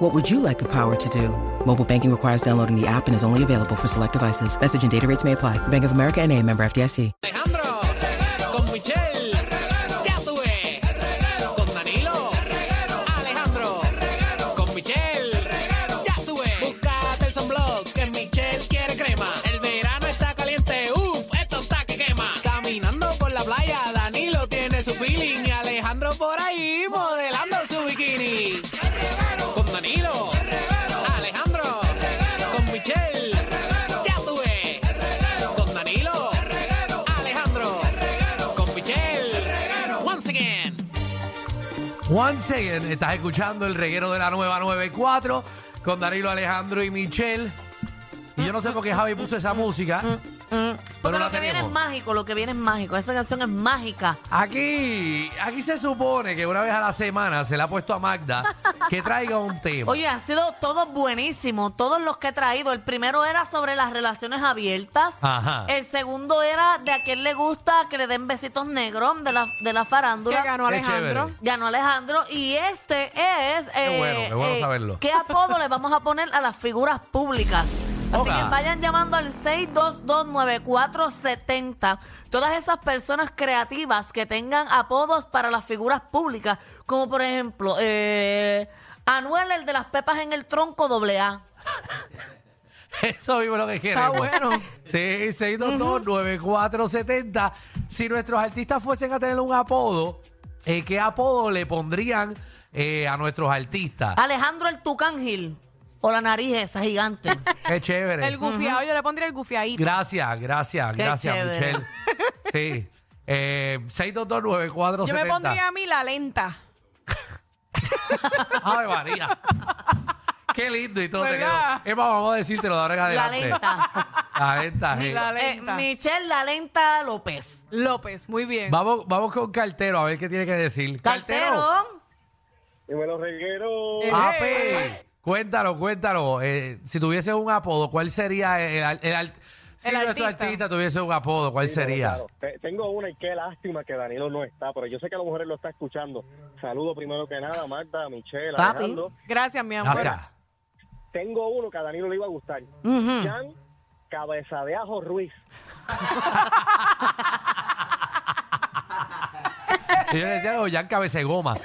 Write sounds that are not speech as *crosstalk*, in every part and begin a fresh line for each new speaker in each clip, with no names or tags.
What would you like the power to do? Mobile banking requires downloading the app and is only available for select devices. Message and data rates may apply. Bank of America and a member FDIC.
Alejandro, con Michelle, ya tuve, con Danilo, Alejandro, con Michelle, ya tuve. Búscate el sunblock que Michelle quiere crema. El verano está caliente, uff, esto está que quema. Caminando por la playa, Danilo tiene su feeling y Alejandro por ahí modelando su bikini. Con Danilo, Alejandro, con Michelle, ya tuve. Con Danilo, Alejandro, con Michelle, once again.
Once again, estás escuchando el reguero de la nueva 94 con Danilo Alejandro y Michelle. Y yo no sé por qué Javi puso esa música. Pero
Mm, Porque
la
lo que viene es
tenemos.
mágico, lo que viene es mágico. Esa canción es mágica.
Aquí, aquí se supone que una vez a la semana se le ha puesto a
*laughs*
Magda que traiga un tema.
Oye, han sido todos buenísimos, todos los que he traído. El primero era sobre las relaciones abiertas.
Ajá.
El segundo era de a quien le gusta que le den besitos negros de la, de la
que
farándula.
ganó
Qué
Alejandro.
chévere.
Ganó Alejandro. Y este es... eh,
Qué bueno, qué bueno saberlo.
Que a todos le vamos a poner a las figuras públicas. Así
Oga.
que vayan llamando al 6229470. Todas esas personas creativas que tengan apodos para las figuras públicas, como por ejemplo, eh, Anuel, el de las pepas en el tronco, doble A.
*laughs* Eso mismo es lo que
Está
queremos.
bueno.
Sí, 622-9470. Si nuestros artistas fuesen a tener un apodo, eh, ¿qué apodo le pondrían eh, a nuestros artistas?
Alejandro, el Tucán Gil. O la nariz esa gigante.
Qué chévere.
El gufiado, yo le pondría el gufiadito.
*laughs* Gracias, gracias,
Qué
gracias,
chévere.
Michelle. Sí. Eh, 6229470.
Yo me pondría a mí la lenta.
Ay, María. Qué lindo y todo te quedó.
¿Verdad?
Emma, vamos a decírtelo de ahora en
La
adelante.
lenta.
La lenta, sí.
*laughs* La
Eh,
lenta.
Michelle, la lenta López.
López, muy bien.
Vamos, vamos con Cartero a ver qué tiene que decir.
Cartero.
Dímelo, reguero.
Eh,
ah, Ape, cuéntalo, cuéntalo. Eh, si tuviese un apodo, ¿cuál sería el, al- el al- si
El
nuestro
artista.
artista tuviese un apodo, ¿cuál sería?
Claro, te- Tengo una y qué lástima que Danilo no está, pero yo sé que la mujer lo está escuchando. Saludo primero que nada, Marta, Michelle,
Papi.
Alejandro.
Gracias, mi amor.
Gracias.
Tengo uno que a Danilo le iba a gustar. Jan Cabeza de Ajo Ruiz.
Y yo le decía, oh, ya cabeza de goma.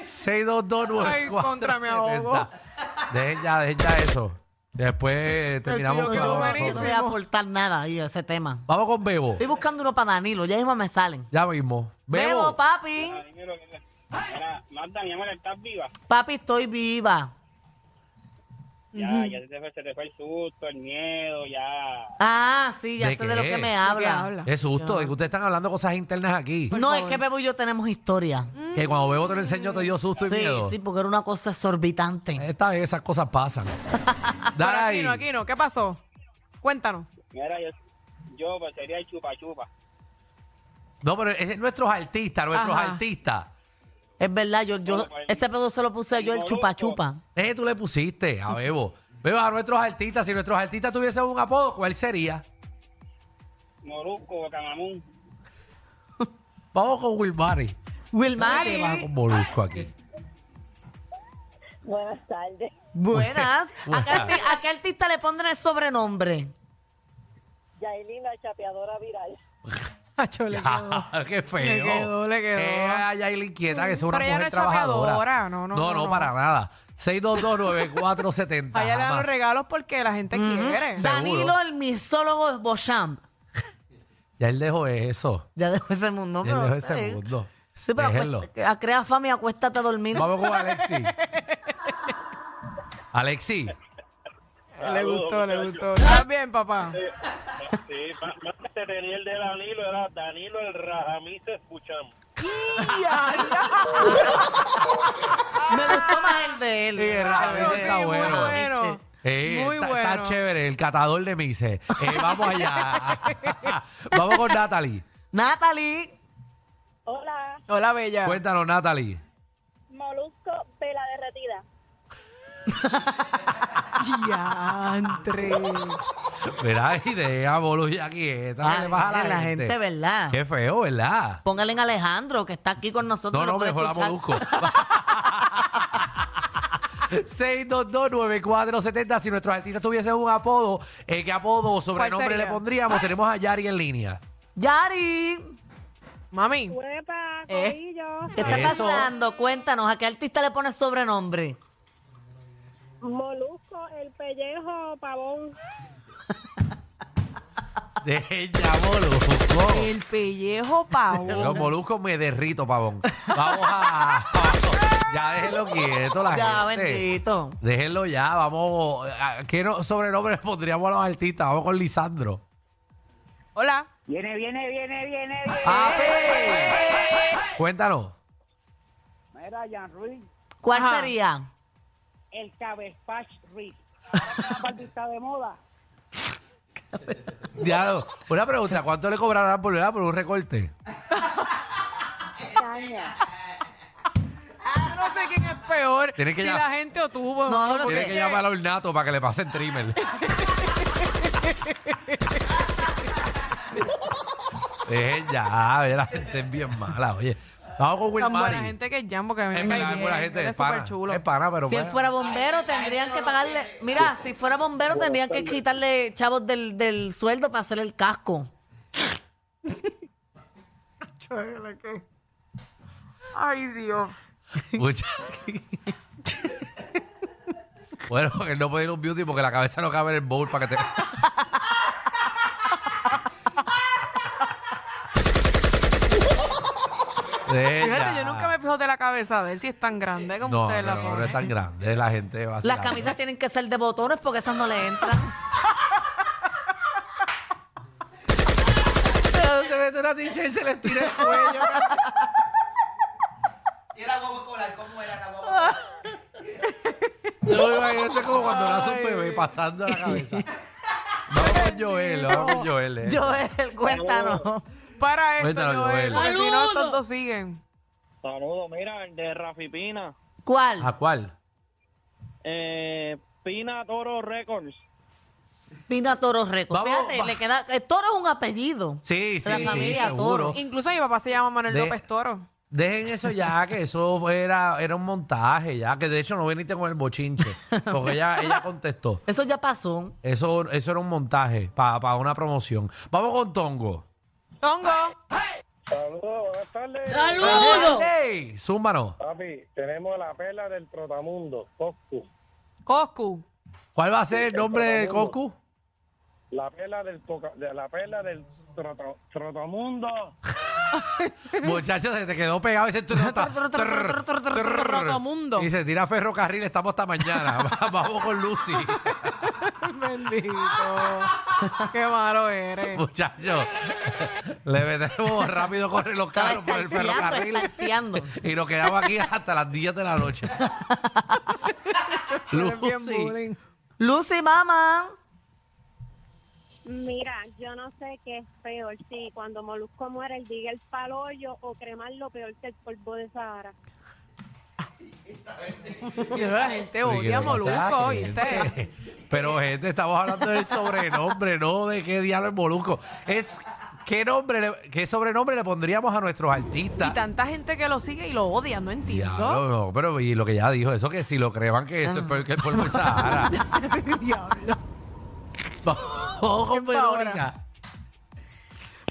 6229.
Ay, contra, me ahogo.
Dejen ya, dejen ya eso. Después terminamos
tío
con
quedó
la otra.
No
buenísimo.
sé aportar nada ahí a ese tema.
Vamos con Bebo.
Estoy buscando uno para Danilo, ya mismo me salen.
Ya mismo.
Bebo,
Bebo.
papi.
Marta, mi amor, ¿estás viva?
Papi, estoy viva.
Ya, ya se te, fue, el susto, el miedo, ya.
Ah, sí, ya
¿De
sé de lo
qué?
que
¿De qué
me habla.
habla?
Es susto de que ustedes están hablando cosas internas aquí.
No, es que Bebo y yo tenemos historia.
Que cuando Bebo te lo enseñó te dio susto y
Sí,
miedo.
sí, porque era una cosa exorbitante.
Esta vez esas cosas
*laughs*
pasan.
Pero
Dale
aquí
ahí.
no, aquí no. ¿Qué pasó? Cuéntanos. *laughs*
Mira, yo, yo pues, sería el chupa chupa.
No, pero es nuestros artistas, nuestros
Ajá.
artistas.
Es verdad, yo, yo
Bueno, pues,
ese pedo se lo puse yo el
Boludo.
chupa chupa.
¿Qué Eh, tú le pusiste a Bebo? Bebo, a nuestros artistas, si nuestros artistas tuviesen un apodo, ¿cuál sería?
Molusco, Camamún.
Vamos con Wilmary.
Wilmari,
Vamos con Molusco aquí.
Buenas tardes.
*laughs*
*laughs*
buenas. ¿A qué,
Buenas.
arti- a qué artista le pondrán el sobrenombre?
Yailin, la chapeadora viral.
Acho, *laughs* le quedó.
Ah, *laughs* ¡Qué feo!
Le quedó, le quedó.
Eh, a Yailin Quieta, que es una
Pero ella
mujer
no es
trabajadora.
chapeadora, no, no,
no,
no, no.
para
*laughs*
nada. 6229470.
Allá le dan los
jamás.
regalos porque la gente quiere.
Sí.
¿Mm? Danilo, el misólogo Beauchamp.
Ya él dejó eso.
Ya dejó ese mundo,
Ya él
pero.
dejó ese
sí.
mundo.
Sí, pero
Déjenlo.
acuesta- a crea fama y acuéstate a dormir.
Vamos con
*laughs*
Alexi. Alexi.
Le gustó, le gustó. ¿Estás
*laughs*
bien, papá?
Sí, Este, *laughs* más más que tenía el de Danilo, era Danilo el Rajamí se escuchamos.
Me gustó más el de él.
Sí, el Rafa,
Acho,
ese
sí,
está
muy
bueno.
bueno.
Eh,
Muy
está,
bueno.
está chévere, el catador de Mises. Eh, vamos
*laughs*
allá. *laughs* vamos con Natalie.
Natalie.
Hola,
Hola, bella.
Cuéntanos, Natalie.
Molusco, vela derretida.
Diantre.
Verá, *laughs* y deja, boludo, ya quieta.
Ay,
le baja a la,
la
gente.
gente, ¿verdad?
Qué feo, ¿verdad?
Póngale en Alejandro, que está aquí con nosotros.
No,
lo
no,
puede
mejor la
escuchar.
molusco.
*laughs*
*laughs* 6229470. Si nuestros artistas tuviesen un apodo, eh, ¿qué apodo o sobrenombre
sería?
le pondríamos? Tenemos a Yari en
*laughs*
línea.
Yari,
Mami.
Huepa,
Eh.
corillo.
¿qué está
Eso.
pasando? Cuéntanos, ¿a qué artista le pones sobrenombre?
Molusco, el pellejo, pavón.
De ella, molusco.
El pellejo
*laughs*
pavo.
Los moluscos me derrito, pavón. Vamos a. *laughs* Ya déjenlo quieto, la
Ya,
gente.
bendito.
Déjenlo ya, vamos. ¿a ¿Qué no- sobrenombre le pondríamos a los artistas? Vamos con Lisandro.
Hola.
Viene, viene, viene, viene, viene.
Ah. ¡Ape! Cuéntanos.
Mira, Jan Ruiz,
¿Cuál
Ajá.
sería?
el cabezpach Ruiz. *laughs* Está de moda.
Diablo, una pregunta, ¿cuánto le cobrarán por, verdad, por un recorte?
Yo no sé quién es peor.
Tienes que
si
llam-
la gente o tú. porque
No, no
porque
sé.
Tiene
es
que llamar al ornato para que le pasen trimmer. Eh, ya, mira, la gente es bien mala, oye. Vamos con Will
Tan buena
Pues, Mari.
gente que es Jan, porque a mí me
Es
cae
verdad, es
bien,
buena gente,
él
es
es
pana.
súper chulo.
Es pana, pero
Si él
bueno.
fuera bombero, tendrían que pagarle. Mira, si fuera bombero, tendrían que quitarle chavos del, del sueldo para hacer el casco.
Ay, Dios.
Mucha- bueno, él no puede ir a un beauty porque la cabeza no cabe en el bowl para que te. Eh,
Fíjate,
ya.
yo nunca me fijo de la cabeza de él si es tan grande como
No,
ustedes
no,
la
no,
ponen.
no es tan grande, la gente va a
Las camisas tienen que ser de botones porque esas no le entran.
se mete una t y se le tira el cuello. y era como colar, ¿cómo era la guagua? Yo me imagino como cuando nace un bebé pasando la cabeza. Vamos con Joel, vamos con Joel. eh.
Joel, cuéntanos.
Para esto,
Cuéntalo, Joel.
Joel, porque si no, estos dos siguen.
Saludos, mira, el de Rafi Pina,
¿Cuál?
¿A cuál?
eh, Pina Toro Records.
Pina Toro Records.
Vamos,
Fíjate,
va-
le queda. eh, Toro es un apellido.
Sí, sí,
La
sí,
familia
seguro.
Incluso mi papá se llama Manuel
De-
López Toro.
Dejen eso ya, que eso era, era un montaje ya, que de hecho no veniste con el bochinche, porque ella, ella contestó.
Eso ya pasó.
Eso, eso era un montaje para una promoción. Vamos con Tongo.
Tongo.
Saludos, buenas tardes.
Ah.
¡Ey! Zúmbano.
Papi, tenemos la perla del trotamundo, Coscu.
Coscu.
¿Cuál va a ser el nombre de Cocu?
La perla del, toca- de la perla del trota- trotamundo.
Muchachos, se te quedó pegado ese
*laughs*
tu-
Trotamundo.
Y se tira ferrocarril, estamos hasta
*laughs*
mañana. *laughs* Va- Vamos con Lucy.
Bendito. Qué malo eres.
Muchachos, le metemos rápido, corre los carros por el
Estaba
ferrocarril.
estarteando, estarteando.
Y nos quedamos aquí hasta las 10 de la noche.
*laughs* Eres bien
Lucy.
bullying.
Lucy, mamá.
Mira, yo no sé qué es peor, si cuando Molusco muere, el diga el palollo o cremarlo peor que el polvo de Sahara.
Mira, *laughs* la gente
Pero, ¿y qué
odia a
le pasa
Molusco,
a
¿viste?
gente? *laughs* Pero, gente, estamos hablando del sobrenombre, no de qué diablo es Molusco. Es qué nombre, le- qué sobrenombre le pondríamos a nuestros
Y
artistas.
tanta gente que lo sigue y lo odia, no entiendo.
Diablo, no, pero y lo que ya dijo, eso que si lo crean que eso es peor que el polvo de Sahara.
*laughs* Diablo.
Vamos con
Qué pavora.
Verónica.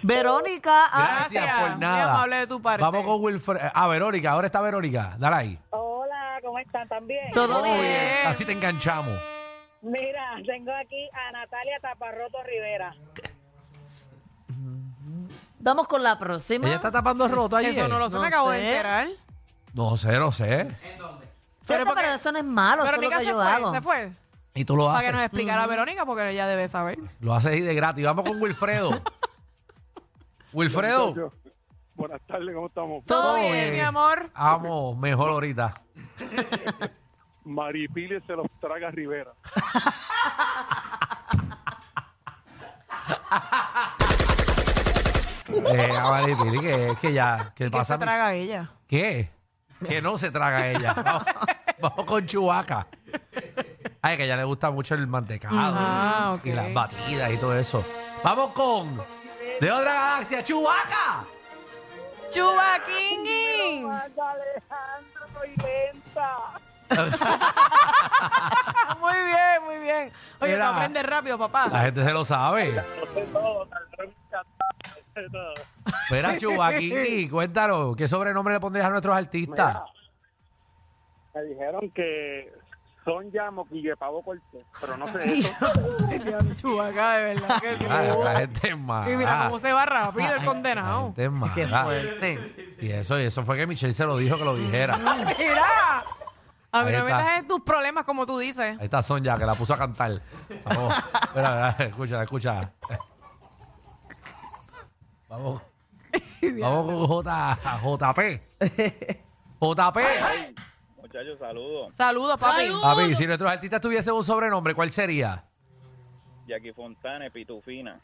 Verónica. ah,
Gracias,
Gracias,
por
muy
nada.
amable de tu parte.
Vamos con Wilfred. Ah, Verónica, ahora está Verónica. Dale ahí.
Hola, ¿cómo están? ¿También?
todo
Oh,
bien.
bien.
Eh,
Así te enganchamos.
Mira, tengo aquí a Natalia Taparroto Rivera.
Vamos con la próxima.
Ella está tapando roto ahí.
Eso no lo sé,
No
me acabo
sé.
de enterar.
No sé, no sé.
Fíjate,
Pero porque-
pero eso no es malo, eso es lo
Verónica
que
se
yo
fue,
hago.
se fue.
Y tú lo
Para que nos
haces.
explicara a Verónica, porque ella debe saber.
Lo haces ahí de gratis. Vamos con Wilfredo. Wilfredo. eh,
Buenas tardes, ¿cómo estamos?
Todo
Todo
bien,
bien.
mi amor.
Amo, mejor ahorita.
Maripili se los traga Rivera.
Eh, a Maripili, que es que ya, que
¿Qué se
pasa.
traga ella?
¿Qué? Que no se traga
*laughs*
ella. Vamos, vamos con Chubaca. Ay, que a ella le gusta mucho el mantecado
Ajá,
y,
ok.
y las batidas y todo eso. Vamos con de otra galaxia, Chubaca.
¡Chubaquingui!
Alejandro y lenta.
*laughs* Muy bien, muy bien. Oye,
Mira.
te aprendes rápido,
La
papá.
gente se lo sabe. Mira, Chubaquiti, cuéntanos, ¿qué sobrenombre le pondrías a nuestros artistas?
Me dijeron que son ya moquille pavo corte, pero *laughs* no sé eso.
Chubaca, de verdad que
Ah, la
tú.
gente es mala.
Y mira cómo se va rápido el
La
condenado.
gente es mala.
Qué fuerte.
Y eso, y eso fue que Michelle se lo dijo que lo dijera.
*laughs* Mira. A mí
Ahí
no me
está.
metas en tus problemas como tú dices.
Ahí está Sonia, que la puso a cantar. Vamos, espera, espera, escucha, escucha. Vamos. Vamos con J, JP. JP.
Muchachos, saludos.
Saludos, papi.
Papi, si nuestros artistas tuviesen un sobrenombre, ¿cuál sería?
Jackie Fontane, Pitufina.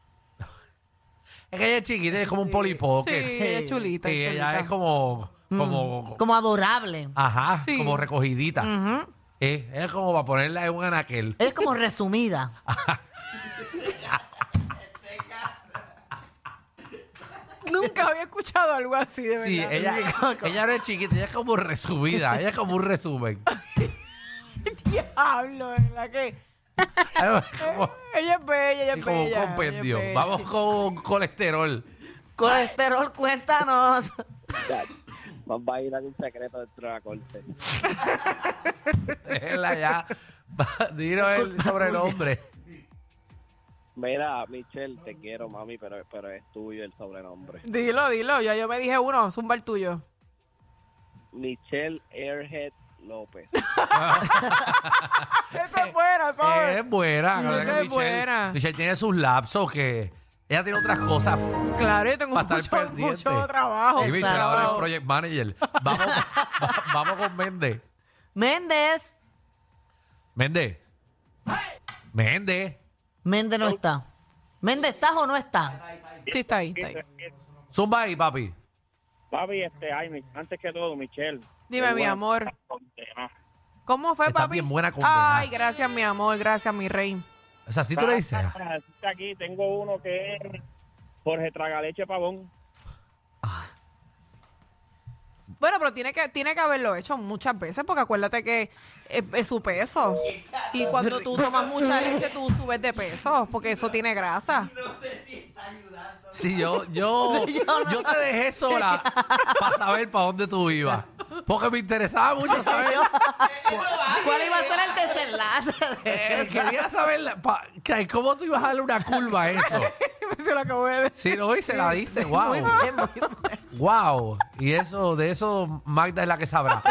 Es que ella es chiquita, ella es como un polipo.
Sí, ella es chulita.
Y
es
ella
chulita. Mm.
es como, como,
Como adorable.
Ah. ajá,
Sí.
como recogidita. Eh, es como para ponerla en un anaquel.
Es como resumida.
Nunca había escuchado algo así, de verdad.
Sí, ella,
*laughs*
*laughs* ella no es chiquita, ella es como resumida, ella es como un
*laughs*
resumen.
Diablo, de ¿verdad que?
Es como-
Ella es bella, ella
Y
es
como un
bella.
compendio.
ella es bella.
Vamos con colesterol.
Colesterol, cuéntanos.
Nos va a ir a un secreto dentro de la corte.
Déjela ya. Va, Dinos el sobrenombre.
Mira, Michelle, te quiero, mami, pero, pero es tuyo el sobrenombre.
Dilo, dilo. Ya yo me dije uno, zumba el
*laughs*
tuyo.
Michelle Airhead López.
Esa es buena, ¿sabes?
Es buena.
Esa
claro que
es
Michelle,
buena.
Michelle tiene sus lapsos que ella tiene otras cosas.
Claro, yo tengo
Va a estar
mucho,
pendiente.
mucho trabajo.
Y Michelle
Claro.
ahora es project manager. Vamos, va- vamos con Méndez.
Méndez.
Méndez. Méndez.
Méndez no está. Méndez, ¿estás o no estás?
Sí, está ahí, está ahí.
Zumba ahí, papi.
Papi, este, ay, mi- antes que todo, Michelle.
Dime, mi amor.
Condena.
¿Cómo fue,
Está
papi?
bien buena condena.
Ay, gracias, mi amor. Gracias, mi rey.
O sea, si tú le dices.
Aquí tengo uno que es Jorge Tragaleche Pavón.
Bueno, pero tiene que, tiene que haberlo hecho muchas veces, porque acuérdate que es, es su peso. Y cuando tú tomas mucha leche, tú subes de peso, porque eso tiene grasa. *laughs*
Si yo, yo, yo te dejé sola para saber para dónde tú ibas. Porque me interesaba mucho saber.
¿Cuál iba a ser el desenlace?
Eh, quería saber la- pa- que- cómo tú ibas a darle una curva a eso.
Se lo acabo de decir.
Si no, y se la diste. Wow. Wow. Y eso, de eso Magda es la que sabrá.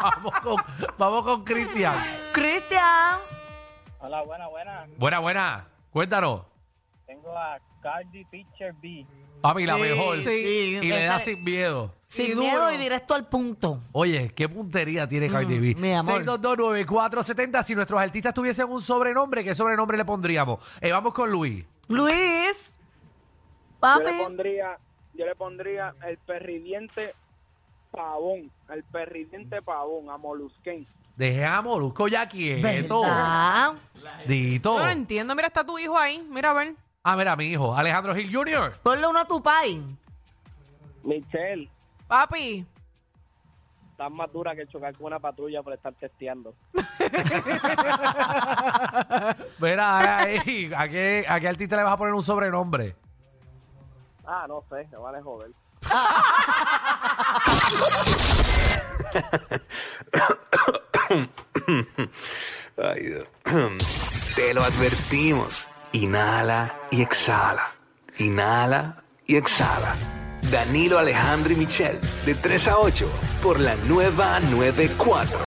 vamos, con, vamos con Cristian.
*laughs* Cristian.
Hola, buena, buena.
Buena, buena. Cuéntanos.
Tengo a Cardi Teacher B.
Papi, la mejor.
sí.
Y le da sin miedo.
Sin
Y duro.
miedo y directo al punto.
Oye, qué puntería tiene Cardi B.
Mm, mi amor.
6229470. Si nuestros artistas tuviesen un sobrenombre, ¿qué sobrenombre le pondríamos? Eh, vamos con Luis.
Luis.
Yo le
Papi.
pondría, yo le pondría el perridiente Pavón. El perridiente Pavón, a Molusquén.
Deja a Molusco ya quieto.
¿Verdad?
Dito.
Yo no entiendo. Mira, está tu hijo ahí. Mira, a ver.
Ah, mira, mi hijo, Alejandro Gil Jr.
Ponle uno a tu país.
Michelle,
Papi.
estás más dura que chocar con una patrulla por estar testeando.
Mira, ahí, ¿a qué, ¿a qué artista le vas a poner un sobrenombre?
Ah, no sé, me vale joder.
Ay, Dios. Te lo advertimos. Inhala y exhala. Inhala y exhala. Danilo Alejandro y Michel, de 3 a 8, por la nueva 94.